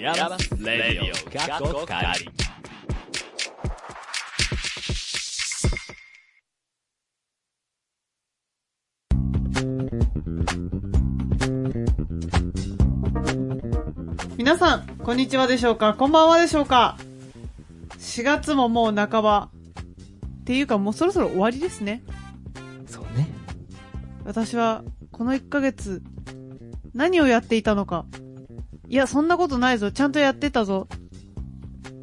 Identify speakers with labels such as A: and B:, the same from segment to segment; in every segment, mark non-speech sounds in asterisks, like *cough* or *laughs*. A: ヤマスレディオ過去仮
B: 皆さん、こんにちはでしょうかこんばんはでしょうか ?4 月ももう半ば。っていうかもうそろそろ終わりですね。
C: そうね。
B: 私は、この1ヶ月、何をやっていたのか。いや、そんなことないぞ。ちゃんとやってたぞ。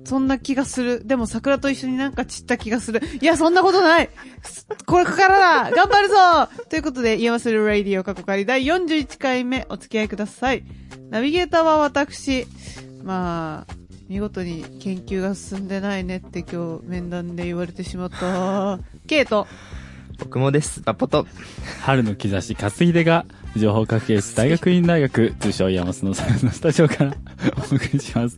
B: そんな気がする。でも桜と一緒になんか散った気がする。いや、そんなことないすこれからだ頑張るぞということで、イヤマスルラディオ過去仮第41回目お付き合いください。ナビゲーターは私、まあ、見事に研究が進んでないねって今日面談で言われてしま
A: *laughs*
B: った。ケイト。
C: 僕もです。バポと。
A: 春の兆し勝秀が情報科学室大学院大学通称山須のサウのスタジオから *laughs* お送りします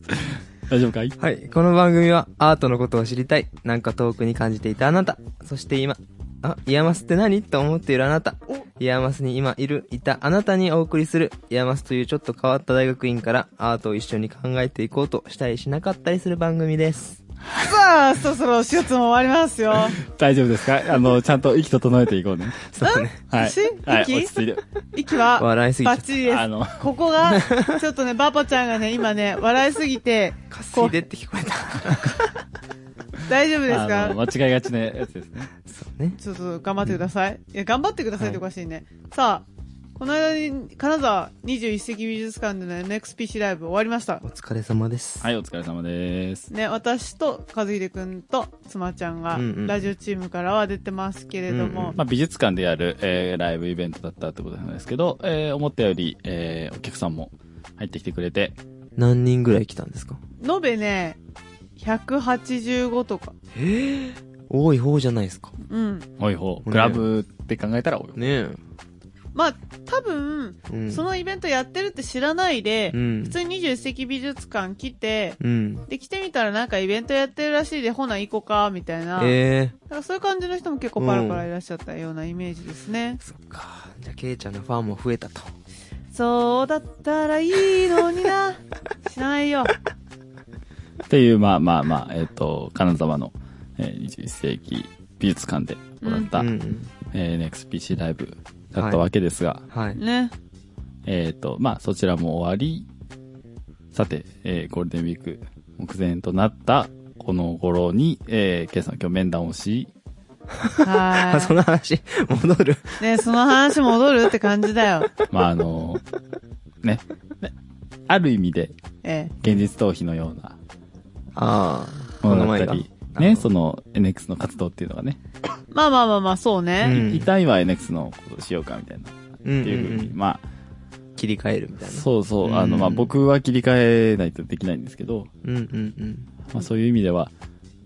A: 大丈夫かい
C: はい。この番組はアートのことを知りたい。なんか遠くに感じていたあなた。そして今、あ、イヤマスって何と思っているあなた。イヤマスに今いる、いたあなたにお送りする、イヤマスというちょっと変わった大学院からアートを一緒に考えていこうとしたりしなかったりする番組です。
B: さあ、そろそろ4月も終わりますよ。
A: 大丈夫ですかあのちゃんと息整えていこうね
C: そうね。
A: はい
B: 私
A: はい
B: 息
A: 落ち着い
B: *laughs*
A: て
B: 息は、
C: 笑いすぎち
B: バ
C: ゃっ
B: ッ
C: た。
B: チリです
A: あ。の
B: ここが、ちょっとね、バポちゃんがね、今ね、笑いすぎて、
C: かすいでって聞こえた。
B: 大丈夫です
A: あ
B: か
A: の間違いがちなやつですね
C: *laughs* そうね。
B: ちょっと頑張ってください。いや、頑張ってくださいっておかしいね。さあ、この間に、金沢21世紀美術館での NXPC ライブ終わりました
C: お。疲れ様です。
A: はいお疲れ様です
B: ね、私と和秀くんと妻ちゃんが
C: うんう、ん
B: ラジオチームからは出てますけれども、
A: まあ、美術館でやる、えーライブイベントだったってことなんですけど、えー思ったより、えーお客さんも入ってきてくれて、
C: 何人ぐらい来たんですか
B: 延べね、185とか。
C: 多い方じゃないですか。
B: うん。
A: おいほう、クラブって考えたらおいほう。
C: ね
B: まあ、多分、
C: え。うん。
B: そのイベントやってるって知らないで
C: う、ん
B: 普。通に21世紀美術館来て、
C: うん。
B: で、来てみたらなんかイベントやってるらしいで、ほな行こうか、みたいな。
C: ええ
B: だからそういう感じの人も結構パラパラいらっしゃったようなイメージですね。
C: そっか。じゃあ、ケイちゃんのファンも増えたと。
B: そうだったらいいのにな。知らないよ。
A: っていう、まあまあまあ、えっ、と、金沢の、えー21世紀美術館で行った、
C: うんうん。
A: えー NXPC ライブだったわけですが、
C: はい。
B: ね。
A: えっ、と、まあそちらも終わり、さて、えーゴールデンウィーク目前となったこの頃に、えー、ケイさん今日面談をし、
C: *laughs* あ、そ
B: は
C: の話、戻る。
B: い。ねその話戻るって感じだよ。
A: まああの *laughs* ね、ねある意味で
B: ええ。
A: 現実逃避のような
C: ああ、
A: ものだったり、ね、そ
C: の、
A: の NX の活動っていうのがね、
B: まあまあまあまあ、そうね。
C: うん
A: 一旦は NX のことしようかみたいな、
C: うんうん
A: っていうふうに、まあ、
C: 切り替えるみたいな。
A: そうそう、あの、
C: うん
A: まあ僕は切り替えないとできないんですけど、
C: うんうんうん。
A: まあそういう意味では、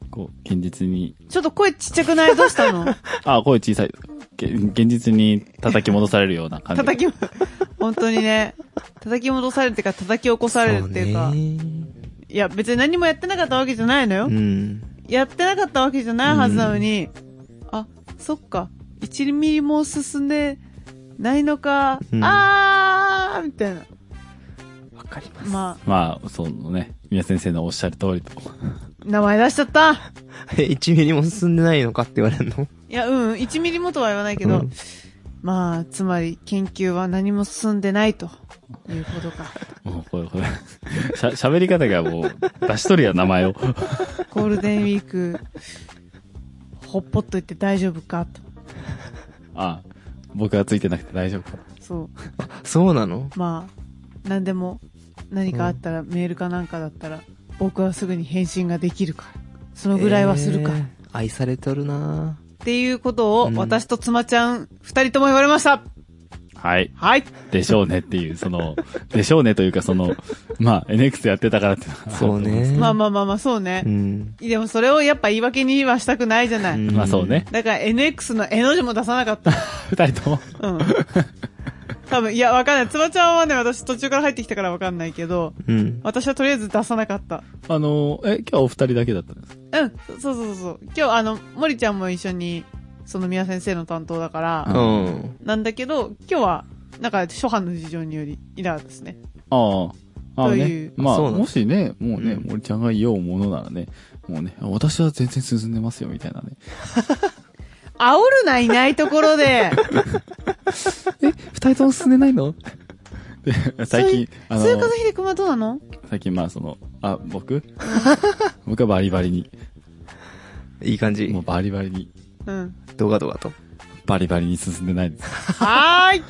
A: こう、現実に、
B: ちょっと声ちっちゃくないどうした
C: *laughs*
B: の
A: あ、声小さい。げ現実に叩き戻されるような感じ。
B: 叩きも、本当にね。叩き戻されるっていうか、叩き起こされるっていうか。
C: そね
B: いや、別に何もやってなかったわけじゃないのよ。
C: うん。
B: やってなかったわけじゃないはずなのに、あ、そっか、1ミリも進んでないのか、
C: うん
B: あーみたいな。
C: わかります。
B: ま
A: まあ、そのね、宮先生のおっしゃる通りと。
B: あ、名前出しちゃった。
C: *laughs* え、1ミリも進んでないのかって言われるの
B: いや、うん、1ミリもとは言わないけど、
C: うん
B: まあ、つまり、研究は何も進んでないと。いうことか。
A: もう、これ、これ、 *laughs* しゃ、喋り方がもう、出しとるやん、名前を。 *laughs*
B: ゴールデンウィーク、ほっぽっといて大丈夫かと。
A: あ僕はついてなくて大丈夫か。
B: そう。
C: そうなの
B: まあ、何でも、何かあったら、メールかなんかだったら、僕はすぐに返信ができるから。そのぐらいはするから。
C: えー愛されとるな
B: っていうことを、
C: うん
B: 私と妻ちゃん、二人とも言われました
A: はい。
B: はい
A: でしょうねっていう、その、でしょうねというか、その、まあ、NX やってたからってのはあると
C: そ
A: 思
C: うん
A: です。
C: ね。
B: まあまあまあまあ、そうね
C: う。ん。
B: でもそれをやっぱ言い訳にはしたくないじゃない。
C: うん
A: まあそうね。
B: だから NX の絵の字も出さなかった。
A: 二人とも。
B: うん。多分、いや、わかんない。妻ちゃんはね、私途中から入ってきたからわかんないけど、
C: うん。
B: 私はとりあえず出さなかった。
A: あの、え、今日はお二人だけだったんですか
B: うん、そそうそうそうそう。今日、あの、森ちゃんも一緒に、その宮先生の担当だから、
C: うん。
B: なんだけど、今日は、なんか、初版の事情により、いなかったですね。
A: ああ。まあ
B: と
A: ね
B: いう、
A: まあ、
C: そうなん
A: も
C: で
A: しね、もうね、
C: うん
A: 森ちゃんが言おうものならね、もうね、あ私は全然進んでますよ、みたいなね。
B: 煽るな、いないところで。
A: え、二人とも進んでないので *laughs* 最近、あの
B: そ、ういう風秀くんはどうなの
A: 最近まあその、あ、僕 *laughs* 僕はバリバリに、
C: いい感じ
A: もう。バリバリに、
B: うん。
C: 動画動画と。
A: バリバリに進んでないです。
B: はーい。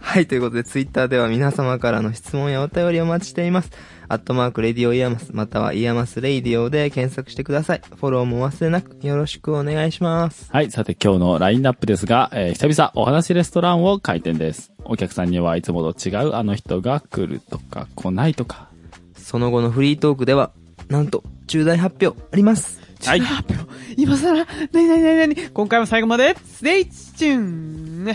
C: はい、ということで、ツイッターでは皆様からの質問やお便りをお待ちしています。アットマーク、レディオイヤマス、またはイヤマスレイディオで検索してください。フォローもお忘れなく、よろしくお願いします。
A: はい、さて今日のラインナップですが、えー久々お話レストランを開店です。お客さんにはいつもと違うあの人が来るとか来ないとか。
C: その後のフリートークでは、なんと、重大発表あります。
A: はい。
B: 発表。今さら、なになになになに今回も最後まで、ステイチューン。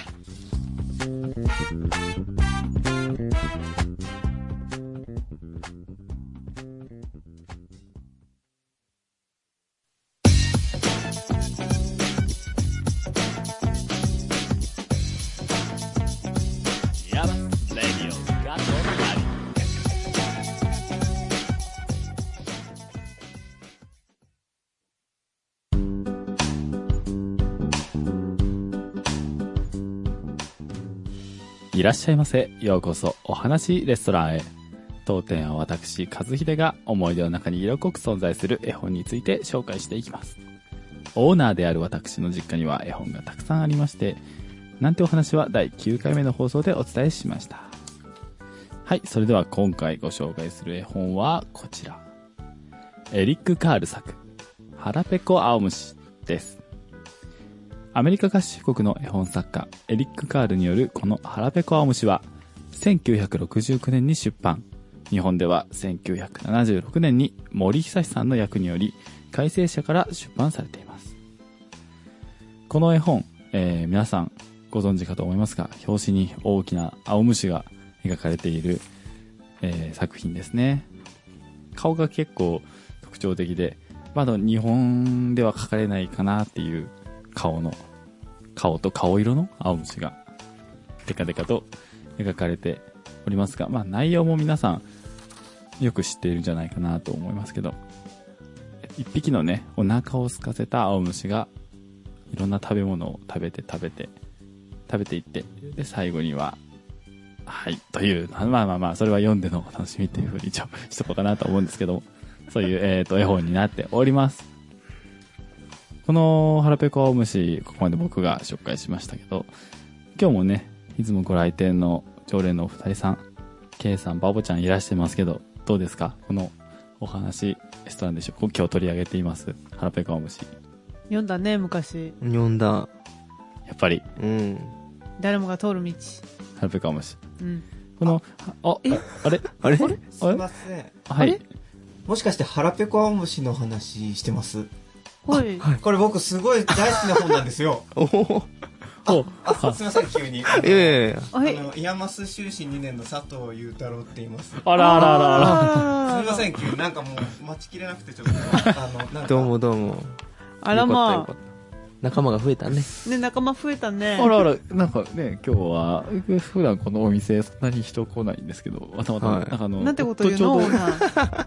A: いらっしゃいませ。ようこそお話レストランへ。当店は私、和秀が思い出の中に色濃く存在する絵本について紹介していきます。オーナーである私の実家には絵本がたくさんありまして、なんてお話は第9回目の放送でお伝えしました。はい、それでは今回ご紹介する絵本はこちら。エリック・カール作、腹ペコ青虫です。アメリカ合衆国の絵本作家、エリック・カールによるこの腹ペコアオムシは、1969年に出版。日本では1976年に森久志さんの役により、改正者から出版されています。この絵本、えー皆さんご存知かと思いますが、表紙に大きな青虫が描かれている、えー作品ですね。顔が結構特徴的で、まだ日本では描かれないかなっていう顔の、顔と顔色の青虫が、デカデカと描かれておりますが、まあ内容も皆さん、よく知っているんじゃないかなと思いますけど、一匹のね、お腹を空かせた青虫が、いろんな食べ物を食べて食べて、食べていって、で、最後には、はい、という、まあまあまあ、それは読んでのお楽しみっていうふうに一応しとこうかなと思うんですけども、そういう、えっ、と、絵本になっております。この腹ペコ青虫、ここまで僕が紹介しましたけど、今日もね、いつもご来店の常連のお二人さん、ケイさん、バボちゃんいらしてますけど、どうですかこのお話、レストランでしょこう今日取り上げています。腹ペコ青虫。
B: 読んだね、昔。
C: 読んだ。
A: やっぱり、
C: うん。
B: 誰もが通る道。
A: 腹ペコ青虫。
B: うん。
A: この、あ、あ
B: え
A: あれ
C: あれ
D: すいません。
A: は
B: あれ
A: い。
D: もしかして腹ペコアオムシの話してます
B: はい。
D: これ僕すごい大好きな本なんです
C: *laughs*
D: よ。
C: おお
A: お
D: あ、すいません、急に。あ
C: *laughs* いやいやいや。
B: はい。
D: の、イヤマス修士2年の佐藤裕太郎って言います。すい
A: あらあらあらあら。
B: ら
D: ません、急に。なんかもう待ちきれなくてちょっ
B: *laughs*
D: と。あの、なんか。
C: どうもどうも。
B: あら
C: よかった
B: ま
C: よかった仲間が増えたね。
B: あ。ね、仲間増えたね。
A: あらあら、なんかね、今日は、普段このお店、そんなに人来ないんですけど、たまたま、
C: はい
A: なんかあの、
B: なんてこと言う
A: ち
B: の
A: ょ
B: オ
A: う
B: ーナー
A: ど、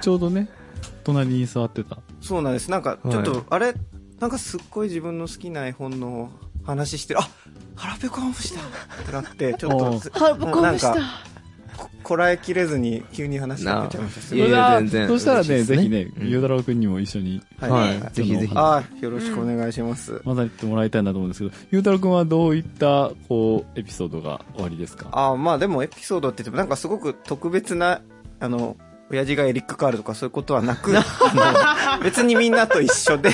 A: ちょうどね、隣に座ってた。
D: そうなんです。なんか、ちょっと、
C: はい
D: あれなんかすっごい自分の好きな絵本の話してる。あ腹ペコアオムシだってなって、ちょっ
A: お
D: と
A: う
D: ず、
B: はぶっこ
D: な
B: ぶ
D: ん
B: した
D: か、。ここらえきれずに急に話しかけちゃいましたすい
C: いやいや全然
A: そしたらね、
C: 嬉し
A: ぜ
C: い
A: ひ
C: で
A: ね
C: すね、うん
A: ゆうだろうくんにも一緒に
D: ません。
C: は
D: はい
C: い。ぜひぜひ。
D: あーよろしくお願いします。
A: 混ざってもらいたいなと思うんですけど、ゆうだろうくんはどういった、こう、エピソードが終わりですか
D: ああ、まあでもエピソードって言ってもなんかすごく特別な、あの、親父がエリック・カールとかそういうことはなく、あの別にみんなと一緒で、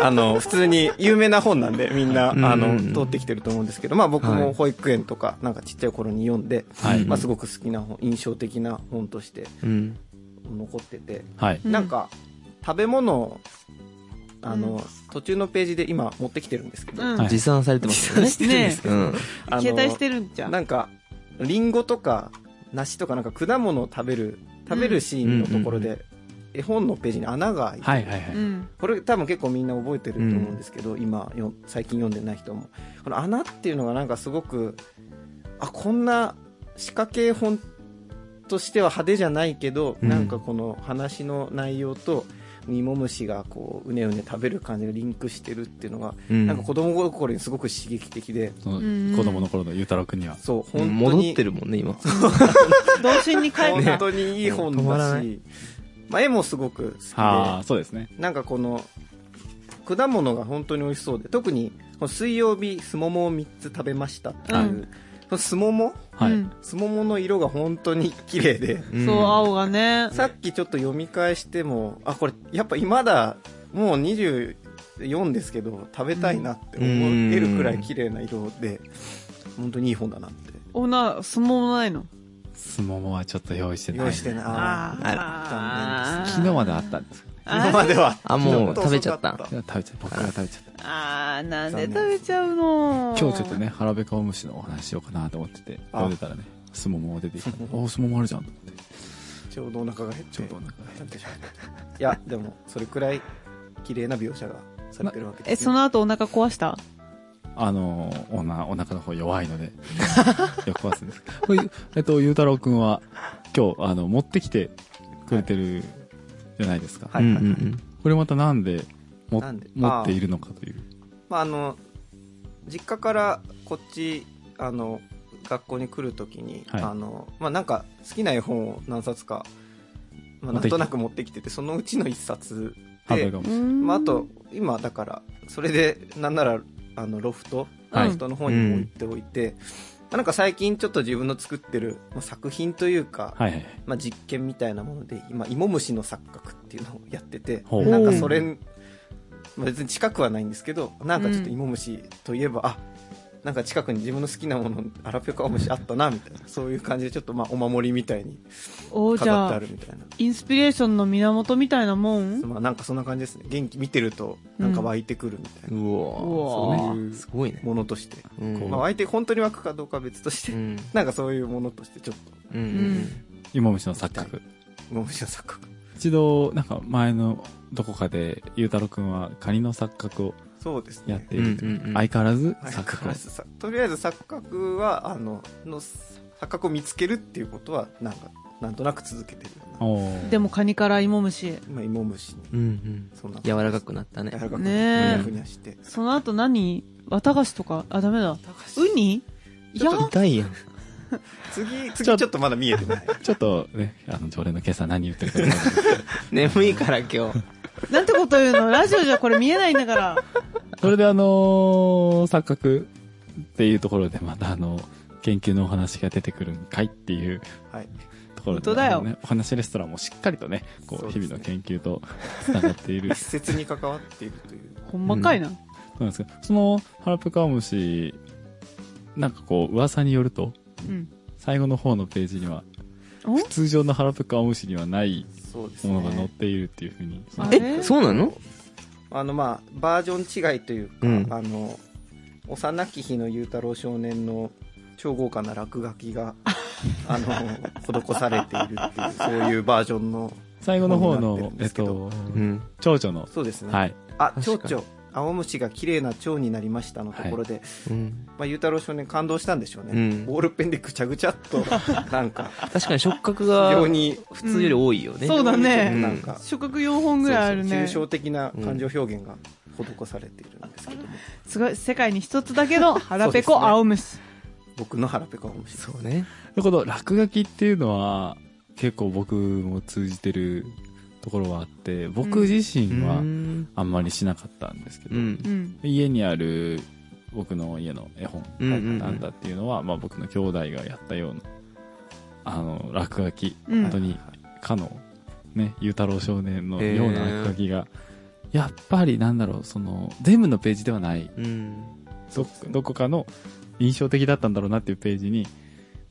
D: あの、普通に有名な本なんでみんな、
C: うん
D: あの、通ってきてると思うんですけど、まあ僕
C: はい
D: も保育園とかなんかちっちゃい頃に読んで、
A: はい
D: まあすごく好きな本、印象的な本として
C: うん。
D: 残ってて、
A: はい。
B: うん
D: なんか食べ物を、あの、
B: うん
D: 途中のページで今持ってきてるんですけど、
B: うん
A: はい
C: 持参されてますよね
D: 持参。してるんです
C: うん。
D: あの
B: 携帯してるんじゃん。
D: なんか、リンゴとか、梨とかなんか果物を食べる、食べるシーンのところ
C: うん
D: で、絵本のページに穴が開いて、
A: はいはいは
B: う
A: い。
B: ん。
D: これ多分結構みんな覚えてると思うんですけど、今よ、最近読んでない人も。この穴っていうのがなんかすごく、あ、こんな仕掛け本っとしては派手じゃないけど、
C: うん
D: なんかこの話の内容と、ミモムシがこう、うねうね食べる感じがリンクしてるっていうのが、
C: うん
D: なんか子供心にすごく刺激的で、
A: その
B: うん
A: 子供の頃のゆうたろうくんには。
D: そう、本当に。
C: 戻ってるもんね、今。
B: 童心に帰っ
D: 本
B: た。
D: 当にいい本
C: ね止まら
D: だ
C: な
D: し、まあ、絵もすごく好き
A: はあ、そうですね。
D: で、なんかこの、果物が本当に美味しそうで、特に、この水曜日、すももを3つ食べましたっていう、
B: う
D: そのすもも
A: はい。
B: うん
D: すももの色が本当に綺麗で、
C: ん
B: そう、青がね。
D: さっきちょっと読み返しても、あ、これ、やっぱ今だ、もう24ですけど、食べたいなって思えるくらい綺麗な色で、本当にいい本だなって。
B: おな、相撲もないの。
A: すももはちょっと用意してない。
D: 用意してない。あー
B: あー
A: 昨日まであったんですけど
B: あー
D: 今までは。
C: あもう
D: 昨日と遅か
C: 食べちゃっ
A: いや食べちゃった。僕が食べちゃった。
B: あー、なんで食べちゃうの
A: 今日ちょっと。ね、腹ペコムシのお話しようかなと思ってて、
D: あ
A: 食べたらね、すももが出てきた。おすももあるじゃんと思って。
D: ちょうどお腹が減って。
A: ちょうどお腹が減って
D: いや、でも、それくらい綺麗な描写がされてるわけ
B: え、
D: です、
B: その後お腹壊した
A: あのー、おな、お腹の方弱いので、 *laughs* よく壊すんですけどこれ。えっと、ゆうたろうくんは、今日、あの、持ってきてくれてるじゃないですか。
D: はいはいはい
C: うんうんうん
A: これまたなんで、も
D: なんで
A: 持っているのかという。
D: まあ、あの、実家からこっち、あの、学校に来るときに、
A: はい
D: あの、まあ、なんか好きな絵本を何冊か、ま
A: 持
D: あ、
A: って
D: なん
A: きて
D: となく持ってきてて、そのうちの一冊
A: ハー
D: で
A: ブ、が
D: ま
B: ま
D: あ、あと、、今だから、それで、なんなら、あの、ロフト、
A: はい
D: ロフトの方にも置いておいて、まあ、なんか最近ちょっと自分の作ってるまあ作品というか、
A: はいはい。
D: まあ、実験みたいなもので今芋虫の錯覚っていうのをやってて
A: ほう
D: なんかそれ、まあ、別に近くはないんですけどなんかちょっと芋虫といえば、あなんか近くに自分の好きなものアラペコアムシあったなみたいなそういう感じでちょっとまあお守りみたいに
B: おじゃ
D: 飾ってあ
B: あ、
D: るみたいな。
B: インスピレーションの源みたいなもん
D: まあ、なんかそんな感じですね元気見てるとなんか湧いてくるみたいな
C: う
B: お
C: お
B: ー
C: そうねすごいね。
D: ものとして、
C: うん
D: まあ、湧いて本当に湧くかどうかは別として、
C: うん
D: なんかそういうものとしてちょっと
C: うんうん
A: 芋虫の錯覚。
D: 芋虫の錯覚
A: 一度、なんか前のどこかで、ゆうたろうくんはカニの錯覚を
D: そうですね
A: やっているという
C: うんうんうん
A: 相変わらず
D: はい
A: 錯覚を。
D: さとりあえず錯覚はあのの錯覚を見つけるっていうことはなんかなんとなく続けてるような
A: おー
B: でも、カニから芋虫。
D: 今芋虫に
C: うんうん
D: そんな
C: 柔らかくなったね
D: 柔らかく
B: ね
D: ふに
B: え
D: ゃふにゃして
B: その後何綿菓子とかあ、ダメだ。ウニいや、
C: 痛いやん
D: 次次ちょっとまだ見えてない
A: ちょっとね、あの、常連の今朝何言ってるか分かんない
C: 眠いから今日
B: なんてこと言うのラジオじゃこれ見えないんだから。
A: それであのー錯覚っていうところでまたあの、研究のお話が出てくるんかいっていう
D: はい
A: ところで。
B: 本当だ
A: あ
B: よ
A: のねお話レストランもしっかりとね、こ
D: そう
A: う、
D: で
A: 日
D: す
A: 々
D: ね
A: の研究と繋がってい
D: *laughs*
A: る。
D: 密接に関わっているという
B: ほんまかいな。
A: そうなんですけど、その、ハラペカムシ、なんかこう、噂によると、
B: うん。
A: 最後の方のページには、
B: お
A: 通常のハラペカムシにはない
D: そうです
A: ものが載っ
D: ね
A: ているっていうふうに。
B: あれ
C: えそうなの
D: あのまあバージョン違いというか、
C: うん
D: あの幼き日の雄太郎少年の超豪華な落書きが
C: *laughs*
D: あの施されているっていうそういうバージョンの
A: 最後の方
D: 本になっ
A: の
D: てるん、
A: え
D: で
A: っ
D: すけど
A: と、
C: うん
A: 蝶々の、
D: そうですね
A: はい。
D: あ、蝶
C: 確かに
D: 々。青虫が綺麗な蝶になりましたのところで、
C: うん
D: まあ、ゆうたろう少年感動したんでしょうね。
C: うん
D: ボールペンでぐちゃぐちゃっ
C: *laughs*
D: と、なんか、
C: 確かに触覚
D: 非
C: が
D: 常に、
C: 普通より多いよね
B: そうだね
D: なんか、
B: 触覚4本ぐらいあるね。
D: 抽象的な感情表現が施されているんですけども、
B: すごい、世界に一つだけの腹ペ
D: *laughs* そ
B: コ
D: うですね
B: 青虫。
D: 僕の腹ペコは面白い。
C: そうね
A: だから落書きっていうのは結構僕も通じてるところはあって僕自身
C: う
A: は
C: ん
A: あんまりしなかったんですけど、
C: うん
B: うん。
A: 家にある僕の家の絵本
C: うんうん
A: なんだっていうのは、まあ、僕の兄弟がやったようなあの落書き、
B: うん
A: 本当にかの、ね、ゆうたろう少年のような落書きが、やっぱりなんだろうその全部のページではない
C: うん
A: どどこかの印象的だったんだろうなっていうページに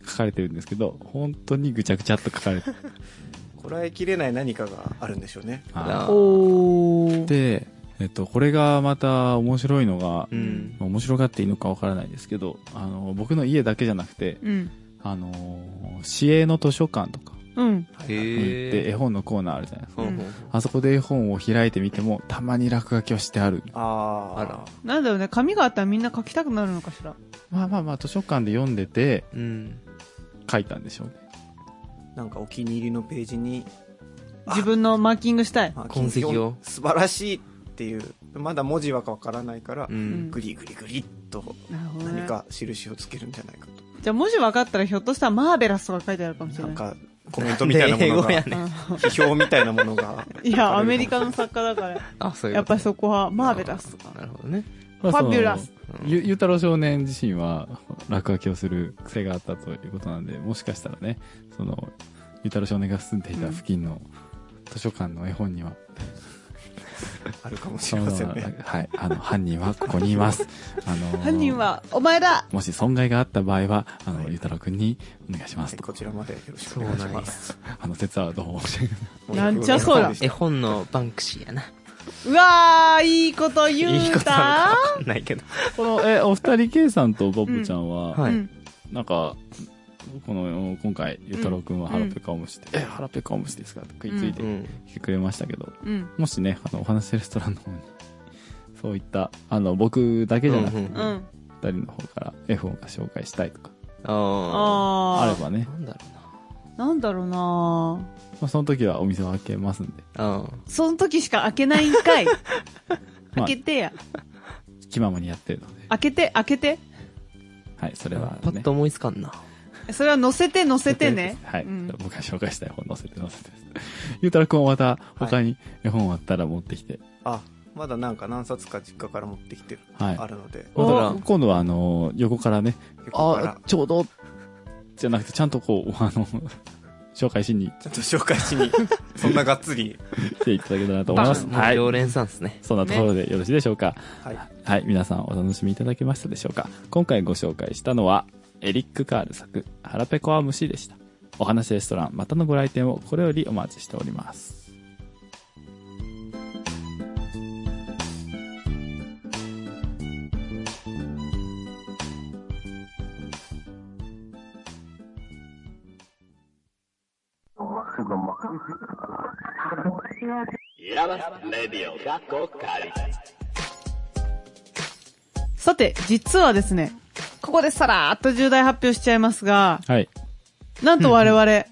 A: 書かれてるんですけど、本当にぐちゃぐちゃっと書か *laughs* れて
D: こらえきれない何かがあるんでしょうね。
C: あ
B: おー。
A: で、えっと、これがまた面白いのが
C: う、ん
A: 面白がっていいのかわからないですけど、あの、僕の家だけじゃなくて、
B: うん。
A: あの、市営の図書館とか
B: うん。
D: はい
A: に行って
C: へ
A: 絵
C: え
A: 本のコーナーあるじゃないですか。
C: ほうほう
A: あそこで絵本を開いてみても、たまに落書きをしてある。
D: あー
C: あら
B: なんだろうね、紙があったらみんな書きたくなるのかしら。
A: まあまあまあ、図書館で読んでて
C: うん
A: 書いたんでしょうね。
D: なんかお気に入りのページに、
B: 自分のマーキングしたい。
D: まあ
C: 痕跡を
D: 素晴らしいっていう、まだ文字はわからないから、
C: うん
D: グリグリグリっと
B: なるほどね
D: 何か印をつけるんじゃないか
B: じゃあ、もし分かったらひょっとしたらマーベラスとか書いてあるかもし
D: と。
B: れ
D: な
B: ない。
D: んか、コメントみたい
B: *laughs*
D: なもの
C: 英語
D: が
C: や、ね
D: 批評みたいなものが。
B: うん *laughs* いや、アメリカの作家だから、
C: あそういう
B: やっぱり
C: そ
B: そこはマーベラスとか。
C: なるほどね
A: ファ
B: ファビュラス。
A: ゆ、ゆうたろう少年自身は、落書きをする癖があったということなんで、もしかしたらね、その、ゆうたろう少年が住んでいた付近の図書館の絵本には、
D: あるかもし
A: そ
D: れ
A: の
D: ませんね。
A: はい、あの、犯人はここにい *laughs* ます。あのー
B: 犯人は、お前だ
A: もし損害があった場合は、あの、ゆうたろうくんにお願いしま
D: は
A: す
D: い
A: と。
D: こちらまでよろしくお願いします。
A: あの、説はどうも申し訳ない。
B: なんちゃそら
C: 絵本のバンクシーやな
B: うわー、いいこと言
C: いいうことな
B: た
C: のか分かんないけど
A: この、 *laughs* え、お二人、K さんとボブちゃんは、
C: はい
B: うん
A: なんか、この、今回、ゆうたろうくんは腹ペコおむしって、え、腹ペコおむしですかって食いついて
C: うん
A: 来てくれましたけど、
B: うん。
A: もしね、あの、お話しレストランの方に、そういった、あの、僕だけじゃなくて、
C: うんう
B: うんん。
A: 二人の方から絵本が紹介したいとか、
C: あ
A: あ
B: あ
A: ればね
C: あ、なんだろうな
B: ー。なんだろうな
A: まあ、その時はお店を開けますんで、
C: あ
B: その時しか開けないんかい。
A: まあ
B: 開け、てや。
A: 気ままにやってるので、
B: 開けて、開けて。
A: はい、それは
C: パッ
A: ね
C: と。思いつかんな
B: それは乗せて、乗せてね。
A: はい、
B: うん
A: 僕が紹介したい本載せて載せて。ゆうたらくんはまた他に絵本あったら持ってきて、
D: あ、まだなんか何冊か実家から持ってきてる、
A: はい
D: あるので、
A: ま
C: お
A: た今度はあの、横からね、
D: 横か
A: あ
D: ら
A: ちょうど、じゃなくてちゃんとこう、あの、 *laughs* 紹介しに
D: ちょっと紹介しに、そんながっつり。
A: 来ていただけたらと思います。
C: もう
A: はい。
C: 常連さんですね
A: そんなところでよろしいでしょうか。
D: はい。
A: はい、皆さんお楽しみいただけましたでしょうか今回ご紹介したのは、エリック・カール作、腹ペコは虫でした。お話レストラン、またのご来店をこれよりお待ちしております。
B: さて、実はですね、ここでさらーっと重大発表しちゃいますが、
A: はい。
B: なんと我々、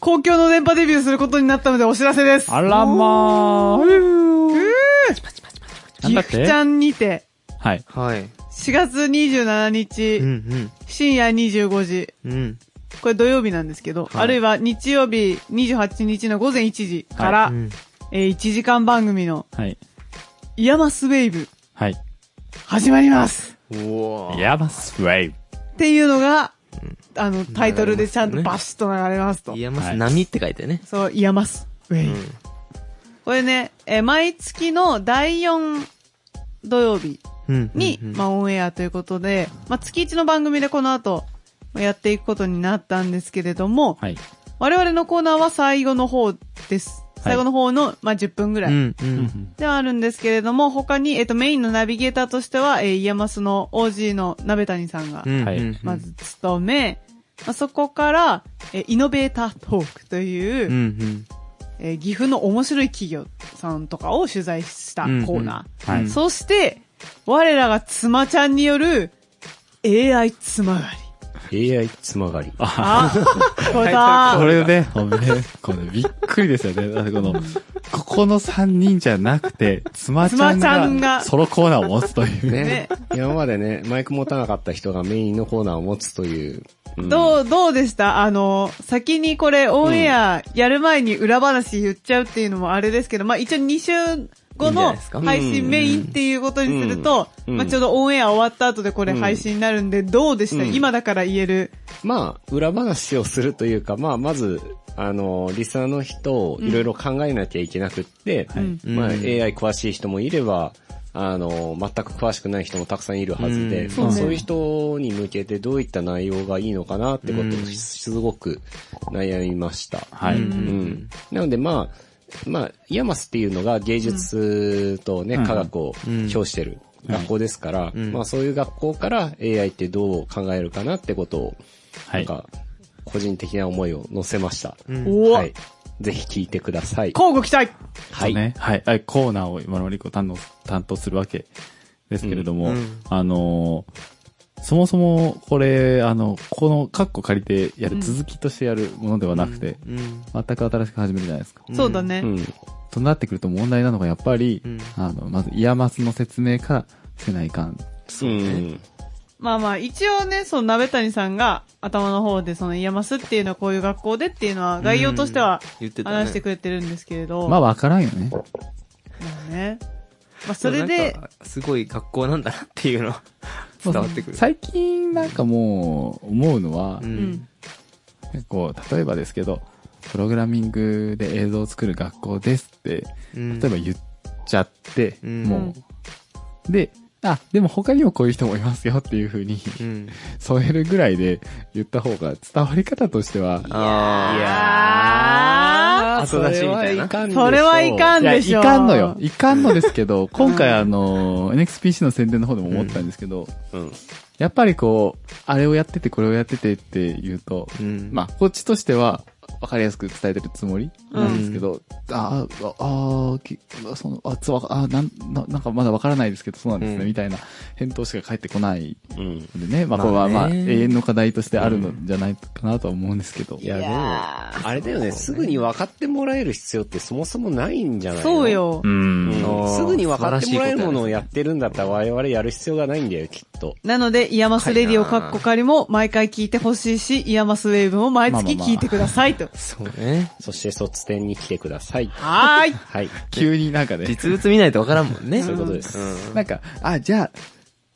B: 公共の電波デビューすることになったのでお知らせです。
A: あらまー。なん
B: ギ
A: だっ
B: フちゃ
A: て
B: んにて、
A: はい。
C: はい
B: 4月27
C: う
B: 日、
C: ん
B: 深夜25時、
C: うんうん
B: これ土曜日なんですけど、
C: はい
B: あるいは日曜日28日の午前1時から、
C: うん
B: えー1時間番組の
A: はい。
B: イヤマスウェイブ
A: はい。
B: 始まります
C: おー
A: ヤバスウェイ。
B: っていうのが、あの、タイトルでちゃんとバシッと流れますと。
C: イヤマ
A: は
C: ス
A: い
C: 波って書いてね
B: そう、イヤマスウェイブ。これね、えー毎月の第4土曜日
C: うん
B: に、まあ、オンエアということで、まあ、月1の番組でこの後、まあやっていくことになったんですけれども、
A: はい。
B: 我々のコーナーは最後の方です。
A: い
B: 最後の方の、まあ、10分ぐら
C: う
B: い。
C: んうん
B: ではあるんですけれども、他に、えっ、と、メインのナビゲーターとしては、えー、イヤマスの OG の鍋谷さんが、
C: うん
A: はい
C: うん
B: まず務め、まあ、そこから、えーイノベータートークという、
C: うんうん
B: えー岐阜の面白い企業さんとかを取材したコーナー。
A: は
C: う
A: い
C: ん。
B: そして、我らが妻ちゃんによる AI つまがり。
E: AI つまがり。
B: あ、これ
A: こ
B: だ。
A: れね、もうね、これびっくりですよね。だってこの、ここの3人じゃなくて、妻ちゃ
B: 妻ちゃ
A: ん
B: ん
A: が
B: が
A: ソロコーナーを持つという。
E: ね
B: ね。
E: 今までね、マイク持たなかった人がメインのコーナーを持つという。うん
B: どう、どうでしたあの、先にこれオンエアやる前に裏話言っちゃうっていうのもあれですけど、まあ一応2週後
C: いいんじゃな
B: の
C: いですか
B: 配信メインっていうことにすると、
E: うんうん
B: まあちょうどオンエア終わった後でこれ
E: うん
B: 配信になるんで、どうでした、
E: うん
B: 今だから言える。
E: まあ、裏話をするというか、まあ、まず、あの、リスナーの人をいろいろ考えなきゃいけなくって、
B: うん
E: まあ、
C: うん
E: AI 詳しい人もいれば、あの、全く詳しくない人もたくさんいるはず
C: うん
E: で、まあ、
B: そうね
E: そういう人に向けてどういった内容がいいのかなってこ
C: う
E: とを
C: ん
E: すごく悩みました。
A: はい。
B: うん
E: うん。なのでまあ、まあ、イヤマスっていうのが芸術とね、
A: うん
E: 科学を
C: うん
E: 表してる学校ですから、
C: うん
E: まあそういう学校から AI ってどう考えるかなってことを、
A: は
E: なん
A: い。
E: か、個人的な思いを載せました。
C: うん
B: おお、
E: はい。ぜひ聞いてください。
B: 交互期待
E: はい。
A: ね。はい。あコーナーを今のりこ担当担当するわけですけれども、
C: うんうん
A: あのーそもそも、これ、あの、このカッコ借りてやる、続きとしてやるものではなくて、
C: うん。
A: 全く新しく始めるじゃないですか。
C: うん
B: そうだね。
E: うん。
A: となってくると問題なのが、やっぱり
C: う、ん。
A: あの、まず、イヤマスの説明からせないかん。
E: そうね。
B: まあまあ、一応ね、その、鍋谷さんが頭の方で、その、イヤマスっていうのはこういう学校でっていうのは、概要としては
C: 言ってたね。
B: 話してくれてるんですけれど、
A: まあ、わからんよね。
B: まあね。まあ、それで
C: な、んか、すごい学校なんだなっていうの伝わってくる。
A: 最近なんかもう、思うのは、
C: う
B: うんん。
A: 結構、例えばですけど、プログラミングで映像を作る学校ですって、
C: うん
A: 例えば言っちゃって、
C: うん
A: もう。で、あ、でも他にもこういう人もいますよっていう風に
C: うん。
A: 添えるぐらいで言った方が伝わり方としては、
C: あ
B: あ
C: ー後出しみたいな。
E: かんでしょ
B: それはいかん
A: いや、
B: で
A: い
B: しょ。
A: かんのよ。。 *laughs* いかんのですけど、今回あの、NXPC の宣伝の方でも思ったんですけど、
E: うん。
A: やっぱりこう、あれをやっててこれをやっててって言うと、
C: うん。
A: まあ、こっちとしては、わかりやすく伝えてるつもりなんですけど、あーあ、あーきその、あ、つわ、あ、なん、ななんかまだわからないですけど、そうなんですね、
C: うん
A: みたいな返答しか返ってこない
E: うん。
A: んでね、まあ、これは
C: ま
A: ま
C: あ
A: あ、
C: ね
A: 永遠の課題としてあるのじゃないかなとは思うんですけど。
E: いや、でも、あれだよね、すぐに分かってもらえる必要ってそもそもないんじゃないの
B: そう。よ
A: う。。
E: うんん。すぐに分かってもらえるものをやってるんだったら我々やる必要がないんだよ、きっと。
B: なので、イヤマスレディオカッコ仮も毎回聞いてほしいし、イヤマスウェーブも毎月聞いてくださいと。
C: そうね。
E: そして卒展に来てください。
B: はーい。
E: はい。
A: 急になんかね、
C: 実物見ないとわからんもんね。
E: そういうことです。
A: なんか、あ、じゃあ、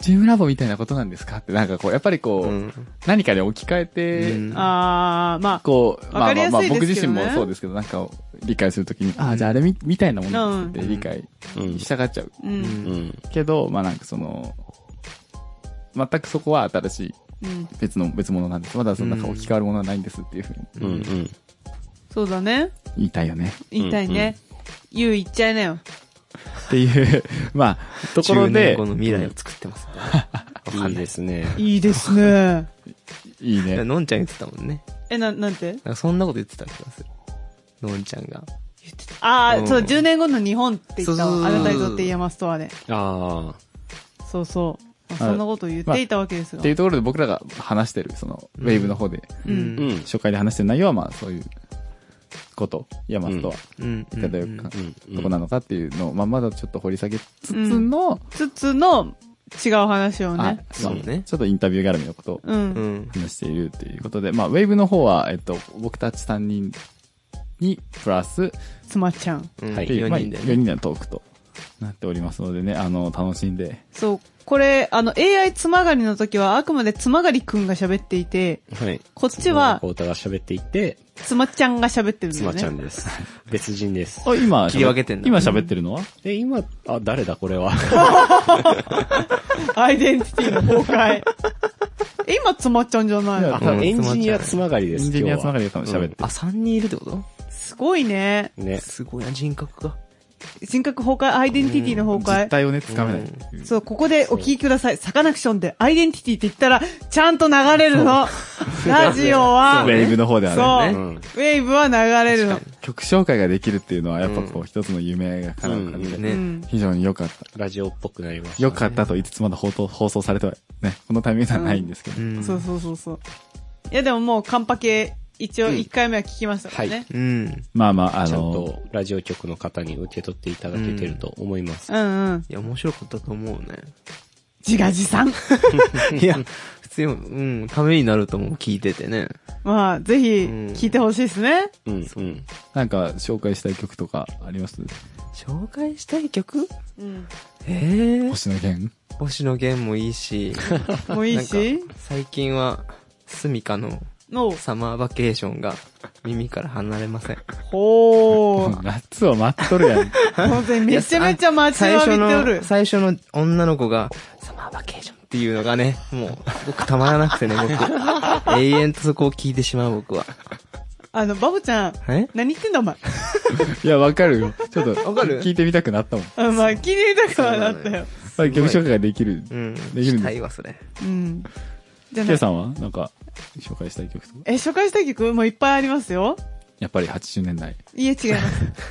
A: チームラボみたいなことなんですかって、なんかこう、やっぱりこう、
C: うん。
A: 何かで置き換えて、
C: うん
B: あー、まあ、
A: こう、ま
B: わか
A: あ
B: り
A: まあまあ、
B: やすいですけどね
A: 僕自身もそうですけど、なんかを理解するときに、ああ、じゃああれみみたいなものですって理解
E: うん。
A: したがっちゃう。
B: う
C: うん
B: ん。
E: うん。
A: けど、まあなんかその、全くそこは新しい
B: うん。
A: 別の、別物なんです。まだそのなんか置き換わるものはないんですっていうふうに
E: うん。うん。
B: そうだね。
A: 言いたいよね。
B: 言いたいね。ゆう言っちゃいなよ。
A: っていう、 *laughs* まあ、ところ
C: 10年
A: で
C: 後、の未来を作ってますね。
E: いいですね。
B: いいですね。
A: いいね。
C: のんちゃん言ってたもんね。
B: え、な、なんて
C: なんかそんなこと言ってた気がする。のんちゃんが。
B: あ
C: う
B: あ、
C: ん
B: そう、10年後の日本って言った
C: そうそうそう
B: わ。あなたにとってイヤマスとはね。
E: あ
B: そうそう。まあそんなことを言っていたわけです
A: っ
B: が
A: てい。うところで僕らが話してる、その、ウェーブの方で、
B: う
E: あ。
B: ん。
E: うん。
A: 初回で話してる内容は、まあそういうこと、ヤマスとは、
C: うん。
A: いただくか
E: うん。
A: どこなのかっていうのを、まあまだちょっと掘り下げつつの、
B: つつの違う話を
A: は
B: ね
A: い。
C: そうね
A: ちょっとインタビュー絡みのことを
B: う。
C: うんん。
A: 話しているということで、まあ、ウェーブの方は、えっと、僕たち3人に、プラス、
B: 妻ちゃん。
C: うん。
E: はい
C: 4人で
A: まあ、4人でのトークとなっておりますのでね、あの、楽しんで、
B: そう。これ、あの、AI つまがりの時はあくまでつまがりくんが喋っていて、
E: はい。
B: こっちは
E: コータが喋っていて、
B: つまちゃんが喋ってるんだ
E: 妻
B: よ
E: ちゃ
B: ね。
E: んです。別人です。
A: あ、今、
C: 切り分けてんだ
A: 今喋ってるのは、
E: え、今、あ、誰だこれは。
B: アイデンティティの崩壊。え今、つまちゃんじゃない
A: い
B: の
A: や
E: あ *laughs* エンジニアつながり
A: エ
E: です。
A: ンジニアつなが
E: り。
A: りで多分喋ってる
C: あ、。3人いるってこ
B: すごいね。
E: 今
C: と
E: 日はね。
C: すごいな、人格が。
B: 人格崩壊、アイデンティティの崩
A: 実
B: 壊。
A: 態をね、つかめないっていう。
B: そう、ここでお聞きください。サカナクションでアイデンティティって言ったら、ちゃんと流れるの。 *laughs* ラジオは、
A: ウェーブの方ではね。
B: そうう。
E: ん。
B: ウェーブは流れるの。
A: 曲紹介ができるっていうのは、やっぱこう、一つの夢が叶う感じで、
B: う
C: ね。
B: ん。
A: 非常に良かった。
E: ラジオっぽくなりました。
A: 良かったと言いつつまだ放送放送されては、ね、このタイミングではないんですけど。
C: ん
B: そうそうそうそう。いや、でももう、カンパ系、一応1回目は聞きましたからね。
C: うん。
A: まあまあ、あ
E: ちゃん
A: の、
E: とラジオ局の方に受け取っていただけてると思います。
B: うんうん。
C: いや、面白かったと思うね。 *laughs*
B: 自画自 *laughs* 賛。
C: いや、普通に、うん、ためになると思う、聞いててね。
B: まあ、ぜひ、
C: ん
B: 聞いてほしいですね。
E: うん、うん。
A: なんか紹介したい曲とかあります
C: 紹介したい曲
B: うん。
C: ええ。
A: 星野源
C: 星野源もいいし、
B: もういいし
C: なんか最近は、スミカの
B: の、
C: サマーバケーションが耳から離れません。
B: ほー。
A: *laughs* 夏を待っとるやん。
B: 本当にめちゃめちゃ待ち
C: 最
B: わび
C: 初
B: てお
C: の、
B: る。
C: 最初の女の子が、サマーバケーションっていうのがね、もう、僕たまらなくてね、僕。永遠とそこを聞いてしまう、僕は。
B: あの、バボちゃん、
C: え
B: 何言ってんだお前。
A: いや、わかるよ。ちょっと、
C: わかる
A: 聞いてみたくなったもん。
B: あまあ、聞いてみたくはなった
C: そうなの
B: よ。
A: まあ、曲紹介ができる。
C: うん。
A: できるんです
C: したいわ、それ。
B: うん。じゃあ
A: K
B: な、
A: さんはなんか、紹介したい曲とか。
B: え、紹介したい曲もういっぱいありますよ。
A: やっぱり80年代。
B: いえ、違いま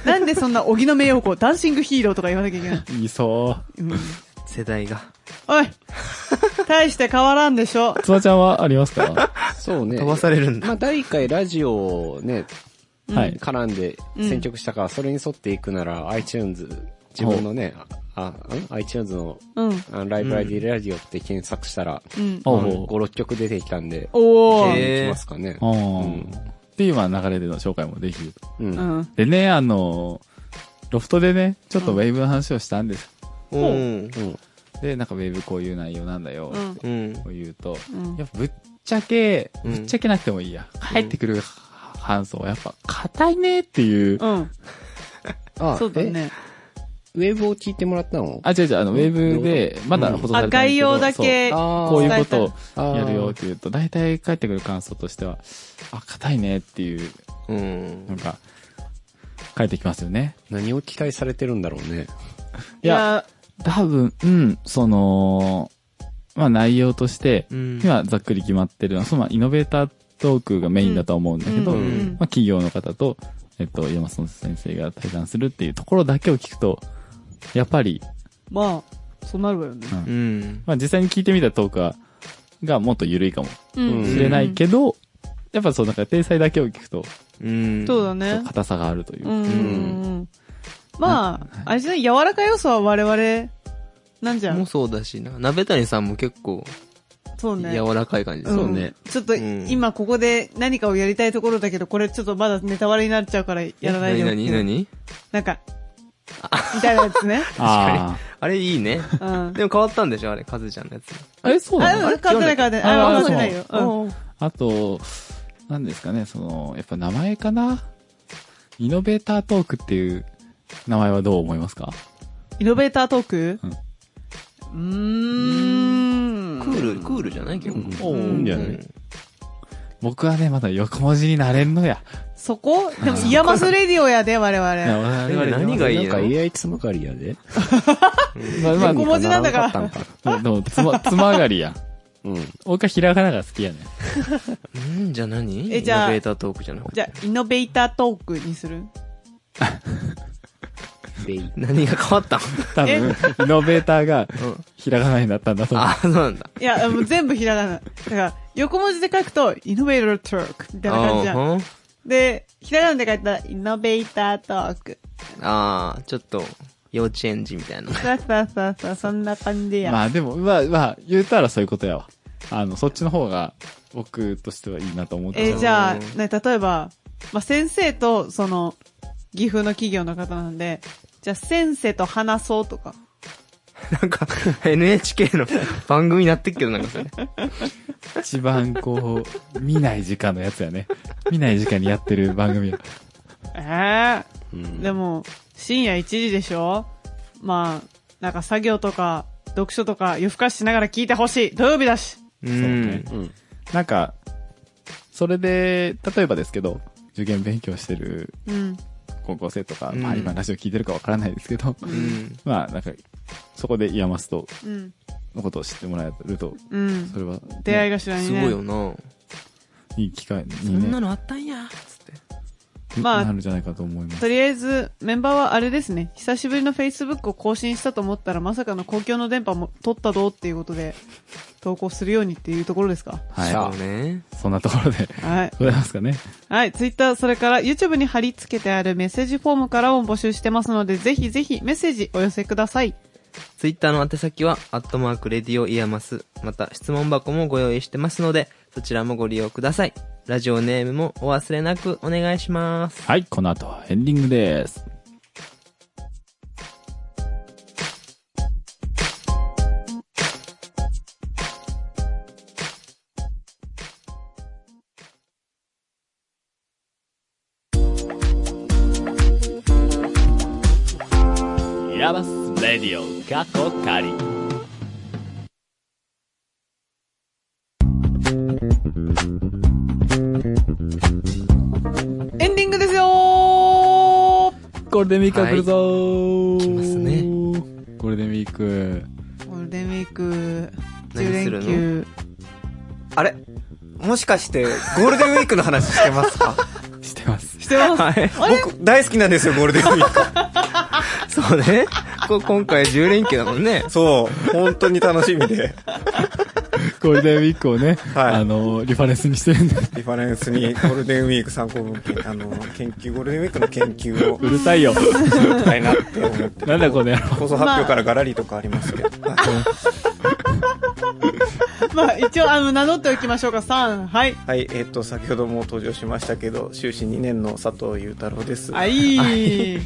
B: す。なんでそんな、荻野目洋子、ダンシングヒーローとか言わなきゃいけない。
A: いいそ
B: うん。
C: 世代が。
B: おい大して変わらんでしょ。
A: つまちゃんはありますか
E: そうね。
C: 飛ばされるんだ
E: まあ、第1回ラジオをね、
A: はい。
E: 絡んで選曲したから、それに沿っていくなら iTunes、自分のね、あ、あん iTunes の
B: うん。
E: あライブラリーラジオって検索したら、
B: うん。
E: あ
A: お
E: の5、
A: う
E: 6曲出てきたんで、
B: おー。
E: 行
C: へ
E: きますかね。
A: お
E: う
A: ー
E: ん
A: っていう今流れでの紹介もできる。
E: うん
B: う。ん。
A: でね、あの、ロフトでね、ちょっとウェーブの話をしたんです。
C: うん。
E: うん
A: で、なんかウェーブこういう内容なんだよ、
B: うん。
C: うん。
A: こう言うと、
B: うん
A: やっぱぶっちゃけ、
C: うん
A: ぶっちゃけなくてもいいや。帰ってくる搬送はやっぱ硬いねっていう。
B: うん。
E: あ
B: そうだね。
E: えウェブを聞いてもらったの
A: あ、違う違う、あの、ウェブで、まだ放送さ
B: あ、
A: れてないけ
B: 概
A: ど
B: 要だけ。
A: そう
E: あ
A: こういうこ
B: 伝
A: と
B: え
A: を
E: あ
A: やるよって言うと、大体帰ってくる感想としては、あ、硬いねっていう、
C: うん
A: なんか、帰ってきますよね。
E: 何を期待されてるんだろうね。
A: いや、多分、うん、その、まあ内容として、
C: うん。
A: 今ざっくり決まってるのは、そのまあイノベータートークがメインだとは思うんだけど、
B: う
A: ま
B: ん
A: あ企業の方と、えっと、山本先生が対談するっていうところだけを聞くと、やっぱり、
B: まあ、そうなるわよね。
C: うん。
A: まあ実際に聞いてみたトークは、がもっと緩いかも
B: うん
A: しれないけど、やっぱそうなんか、体裁だけを聞くと、
C: うん。
B: そうだ
A: ちょっ
B: ね
A: と。硬さがあるという。
B: うんうんうん。まあ、あれじゃない、柔らかい要素は我々、なんじゃ。
C: もうんそうだしな。鍋谷さんも結構
B: そうね。
C: 柔らかい感じだ
B: ん
C: そうね。。
B: ちょっと、
C: うん
B: 今ここで何かをやりたいところだけど、これちょっとまだネタバレになっちゃうからやらないでおく
C: なになに
B: なんか、みたいなやつね。
A: あ
C: あれいい
B: *laughs*
C: ね。
B: うん。
C: でも変わったんでしょあれ、カズちゃんのやつ。
A: あ。え、そう
B: あ、
A: なの
B: うん、変わってない変わってない。あ、
A: あ
B: 変わっ
A: そう
B: てないよ。うん。
A: あと、何ですかね、その、やっぱ名前かなイノベータートークっていう名前はどう思いますか
B: イノベータートーク
A: うん
B: うーん。
C: クール、クールじゃない結構。
A: お
B: ーいいん
E: じゃない
C: うん
A: 僕はね、まだ横文字になれんのや。
B: そこでも、イヤマスレディオやで、我
A: いや
B: 々。
A: 我々は
C: 何がいい
E: なんか
C: の
E: AI つまがりやで。
A: まあまあ
B: 横文字なんだから
E: 何かならなかっ
A: でも、つま、つまがりや。
E: たんか。うん。
A: 僕はひらがなが好きやね。
C: うん、じゃあ何
B: えじゃあ
C: イノベータートークじゃなくて。
B: じゃあ、イノベータートークにする
E: ベイ。
C: 何が変わ
D: *laughs*
C: ったん
A: 多分、イノベーターが
C: うん
A: ひらがなになったんだと思う。
C: あ、そうなんだ。
B: いや、もう全部ひらがな。だから、横文字で書くと、イノベータートークみたいな感じじゃん。
C: あ
B: で、ひらがなで書いたら、イノベータートーク。
C: あー、ちょっと、幼稚園児みたいな。 *laughs*
B: さあさあさあさあ、そんな感じや。
A: まあでも、まあまあ、言うたらそういうことやわ。あの、そっちの方が、僕としてはいいなと思って
B: えーじゃあ、
C: うん
B: ね、例えば、まあ、先生と、その、岐阜の企業の方なんで、じゃあ、先生と話そうとか。
C: なんか、NHK の番組になってっけど、なんかそれ。
A: 一番こう、見ない時間のやつやね。見ない時間にやってる番組や。
B: ええ
E: うん
B: でも、深夜1時でしょまあ、なんか作業とか、読書とか、夜更かししながら聞いてほしい。土曜日だし。
C: う
A: ね
C: ん。
E: うん。
A: なんか、それで、例えばですけど、受験勉強してる
B: うん。
A: 高校生とか、
C: うん
A: まあ今ラジオ聞いてるかわからないですけど、
C: うん。
A: *laughs* まあなんか、そこでイヤマスト
B: うん。
A: のことを知ってもらえると、
B: うん
A: そ。れはね、
B: 出会い頭に
C: す
B: ね。
C: ごいよな。
A: いい機会
C: そ
A: に
C: ん
A: ね、
C: なのあったんや、つって。
B: まあ
A: なるんじゃないかと思います
B: と。りあえず、メンバーはあれですね。久しぶりの Facebook を更新したと思ったら、まさかの公共の電波も取ったどうっていうことで、投稿するようにっていうところですか。
A: は
C: そうね。
A: い。そんなところで
B: はい。
A: ございますかね。
B: はい。Twitter、それから YouTube に貼り付けてあるメッセージフォームからも募集してますので、ぜひぜひメッセージお寄せください。
C: ツイッターの宛先は、アットマークレディオイヤマス。また、質問箱もご用意してますので、そちらもご利用ください。ラジオネームもお忘れなくお願いします。
A: はい、この後はエンディングです。ヤバスレディオ過去仮
B: エンディングですよー
A: ゴールデンウィークが来るぞー、
C: 来ますね
A: ゴールデンウィーク
B: ゴールデンウィーク、
C: 何
B: 10
C: する
B: 連
C: の
B: 休。
D: あれもしかして、ゴールデンウィークの話してますか
A: してます。
B: してます。
C: はい。
D: 僕、大好きなんですよ、ゴールデンウィー
C: *laughs*
D: ク。
C: そうね。こ今回10連休だもんね。
D: そう、本当に楽しみで、
A: ゴールデンウィークをね、
D: はい
A: あの、リファレンスにしてるんで、
D: リファレンスにゴールデンウィーク参考文献、あの、研究、ゴールデンウィークの研究を
A: うるさいよ。
D: したいなって思っ
A: *laughs*
D: て。
A: なんだこの野郎。
D: 放送発表からガラリとかありますけど。
B: まあ、一応、あの、名乗っておきましょうか。3、はい。
D: はい、えっ、と、先ほども登場しましたけど、終始2年の佐藤裕太郎です。
B: あ、
C: *laughs*
B: いい。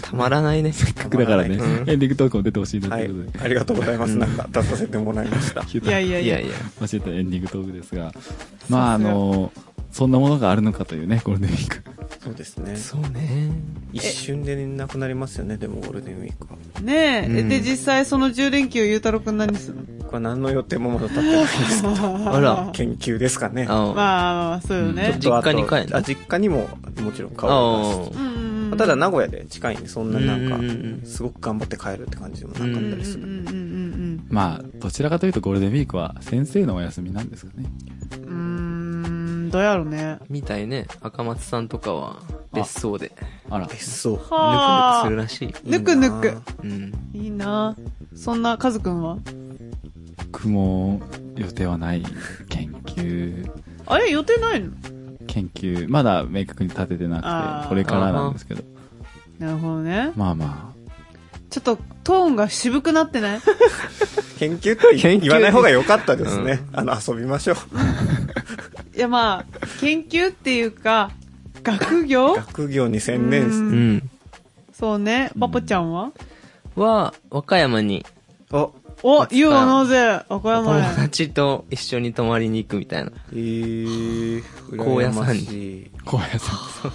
C: たまらないね。
A: だからね、
C: うん
A: エンディングトークも出てほしいなと
D: はいいう
A: ことで、、
D: ありがとうございます。なんか出させてもらいました。
A: ヒュー
B: い
A: タ
B: やいやい
C: いや
B: や。
C: いや。
A: 間違ったエンディングトークですが、まああの、そんなものがあるのかというね、ゴールデンウィーク。 *laughs*
D: そうですね。
C: そうね。
D: 一瞬でなくなりますよね、でもゴールデンウィークは。
B: ねえ。
C: うん
B: で、実際その10連休、ゆうたろうくん何するの
D: 僕は何の予定もまだ立ってないです。
C: あら。
D: 研究ですかね。
C: あ
B: まあまあまあ、そうよね
C: ち。ょっとあと
D: 実家
C: 帰
D: に帰
C: る
D: る。あ、実家にももちろん
C: あ
D: 顔を出
C: あ
D: す。
B: うんうんうん。
D: ただ名古屋で近いんで、そんなな
C: うんうん
D: ん
C: うん
D: か、すごく頑張って帰るって感じでもな
B: う
D: か
B: ん
D: っ
B: う
D: た
B: ん
D: りす
B: う
D: る。
B: んうん
A: まあ、どちらかというとゴールデンウィークは先生のお休みなんですかね。
B: うんうん。うーん、どうやろうね。
C: みたいね。赤松さんとかは、別荘で、
A: あら、
D: 別荘。
C: ぬくぬく
B: は
C: す
B: あ
C: る。らしい。
B: ぬくぬく。
C: うん。
B: いいなそんな、カズくんは
A: 僕も予定はない研究、
B: あれ予定ないの
A: 研究、まだ明確に立ててな
B: あ
A: くて、
B: ー
A: これからなんですけど、
B: なるほどね。
A: まあま
B: ちょっと、トーンが渋くなってない
D: 研究って言
C: 研究
D: 言わない方が良かったですね。あの、遊びましょう。
B: いやまあ、研究っていうか、学業
D: 学業に専念
B: う
D: し
B: ん
C: うん。
B: そうね。パポちゃんは
C: は、和歌山に、
D: あ、
B: お、
C: 松田
B: ゆうはなぜ、和歌山
C: 友
B: へ。
C: 達と一緒に泊まりに行くみたいな。
D: えー、
C: 高野
D: 羨ま
C: 山
D: しい。
A: あ、高野さん。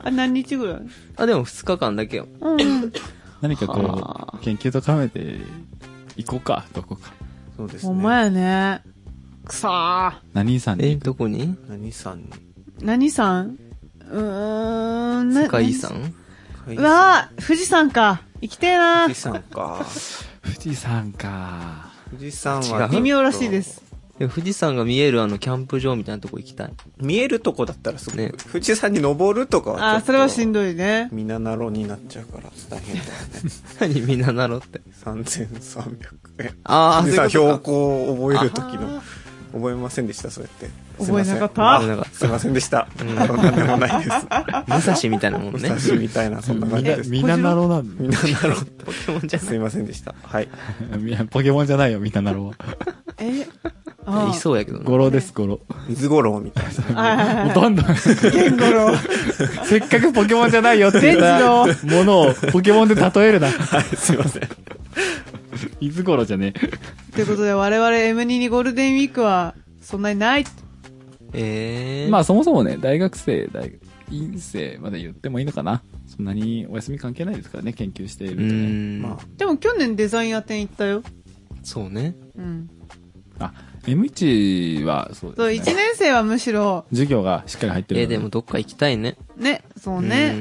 B: あ、何日ぐらい
C: あ、でも2日間だけよ。
B: うん。
A: 何か
B: は
A: こう、研究と絡めて、行こうか、どこか。
D: そうです
B: ほ
D: ね。
B: んまやね。くさ
A: 何さんに
C: え、
A: 行
C: どこに
D: 何さんに
B: ー。何さんうーん、な
C: 世界遺産
D: 海
B: うわー、富士山か。行きてえな
D: 富士
B: *laughs*
D: 山か。
A: く。富士山か。
D: 富士山
C: 違
D: は
C: う。
B: 微妙らしいで。す。
C: でも富士山が見えるあのキャンプ場みたいなとこ行きたい。 *laughs*
D: 見えるとこだったらすご
C: ね
D: く。富士山に登るとかはちょっと。
B: あー、それはしんどいね。
D: みななろになっちゃうから大変だよね。
C: 何みんななろって。
D: 3300円。
C: ああ、
D: 富士山
C: そういうこ
D: 標
C: と
D: 高を覚える時の。覚えませんでした、そうやって。すいません
B: 覚えなかった
C: 覚えなかった
D: すいませんでした。あのなんでもな
B: *laughs*
D: いです。
C: か武蔵みたいなもんね。
D: 武蔵みたいな、そんな感じです。
A: みんななろうなん
D: みんななろう。
C: ポケモンじゃな
D: すいませんでした。は
A: *laughs*
D: い。
A: いやポケモンじゃないよ、みんななろうは。
B: え *laughs* あ
C: い。
B: ー
C: いそうやけど
A: ゴ
C: な。
A: ロです、ゴロ。
D: 水五郎みたいな。
B: はいはいはい
A: もうどんどん。
B: ケンゴロウ。
A: *laughs* せっかくポケモンじゃないよって言ったものをポケモンで例えるな。
D: はい、すいません。
A: いつ頃じゃね
B: ということで、我々 M2 にゴールデンウィークは、そんなにない。
C: ええ。
A: まあそもそもね、大学生、大学院生まで言ってもいいのかな。そんなにお休み関係ないですからね、研究していうるとね。
C: ーん。
D: まあ、
B: でも去年デザイン屋店行ったよ。
C: そうね。
B: うん。
A: あ、M1 はそう
B: そう、
A: ですね。
B: 1年生はむしろ、
A: 授業がしっかり入ってる
C: え、
A: ので。
C: でもどっか行きたいね。
B: ね、そうね。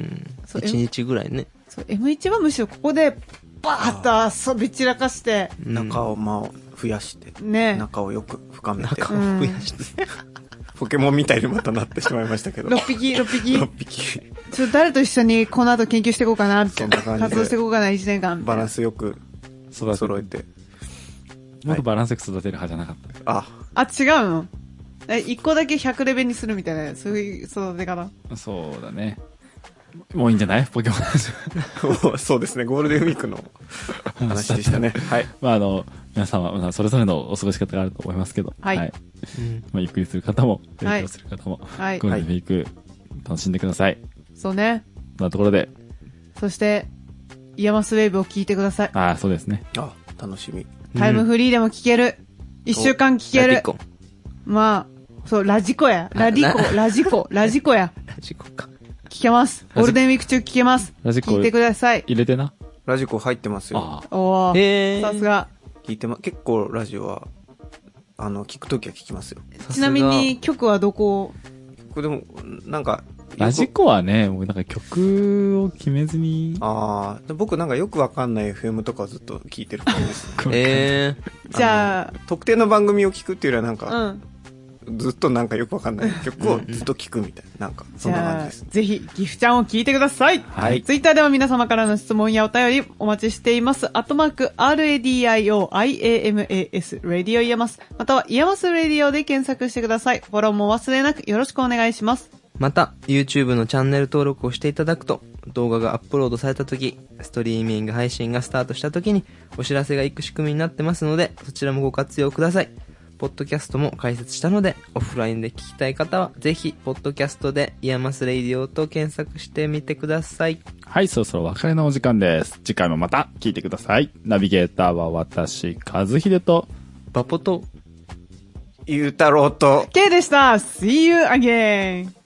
C: う
B: そ
C: ん。
B: う
C: 一日ぐらいね。
B: そう、M1 はむしろここで、バーッと遊び散らかして、
C: うん
D: 中をまあ増やして、
B: ね、
D: 仲をよく深めて
C: 中、を増やして。
D: ポケモンみたいにまたなってしまいましたけど。
B: 6匹、6匹、
D: 6匹。
B: ちょっと誰と一緒にこの後研究していこうかな、みたいな。
D: そんな感じで
B: 活動していこうかな、1年間。
D: バランスよく
A: 育て
D: 揃
A: る
D: えて。
A: 僕バランスよく育てる派じゃなかった。
D: あ、 *laughs*
B: あ、違うのえ、1個だけ100レベルにするみたいな、そういう育て方。
A: そうだね。もういいんじゃないポケモンの話は。
D: もうそうですね、ゴールデンウィークの話
A: *laughs*
D: でしたね。はい。
A: まああの、皆様、まあそれぞれのお過ごし方があると思いますけど。
B: はい
C: うん
A: まあ、ゆっくりする方も、
B: は
A: 勉
B: い
A: 強する方も、
B: はい
A: ゴールデンウィーク、楽しんでください。
B: そうね。
A: そんなところで、
B: そして、イヤマスウェーブを聞いてください。
A: ああ、そうですね。
D: あ、楽しみ。
B: タイムフリーでも聞ける。一週間聞け
C: ラ
B: る
C: ジ。コ。
B: まあ、そう、ラジコや。
C: あ
B: ラディコ、
C: な
B: ラジコ、ラジコや。
C: ラジコか。
B: 聞けます。
A: コ
B: ゴールデンウィーク中聞けます。
A: ラジコ
B: 聞いてください。
A: 入れてな。
D: ラジコ入ってますよ。
A: ああ。
B: おー。
C: へえ。
B: さす。が。
D: 聞いてま、結構ラジオは、あの、聞くときは聞きますよ。
C: さすが
B: ちなみに、曲はどこ
D: これでも、なんか、
A: ラジ
D: よく
A: コはね、もうなんか曲を決めずに、
D: ああ、で僕なんかよくわかんない FM とかをずっと聞いてる感じですね。
A: こう
C: ええ。
B: じゃ
D: 特定の番組を聞くっていうよりはなん
B: あ、
D: か、
B: うん。
D: ずっとなんかよくわかんない曲をずっと聴くみたいな、なんか、
B: じ
D: そんな感じ
B: ゃあ
D: です。、
B: ぜひ、ギフちゃんを聞いてください。
A: はい
B: ツイッターでは皆様からの質問やお便りお待ちしています。アットマーク、RADIOIAMAS、ラディオイヤマス、またはイヤマスラディオで検索してください。フォローもお忘れなくよろしくお願いします。
C: また、YouTube のチャンネル登録をしていただくと、動画がアップロードされた時、ストリーミング配信がスタートした時に、お知らせが行く仕組みになってますので、そちらもご活用ください。ポッドキャストも解説したので、オフラインで聞きたい方は、ぜひ、ポッドキャストで、イヤマスレイディオと検索してみてください。
A: はい、そろそろお別れのお時間です。次回もまた聞いてください。ナビゲーターは私、和秀と、
C: バポと、
D: ゆうたろうと、
B: K でした !See you again!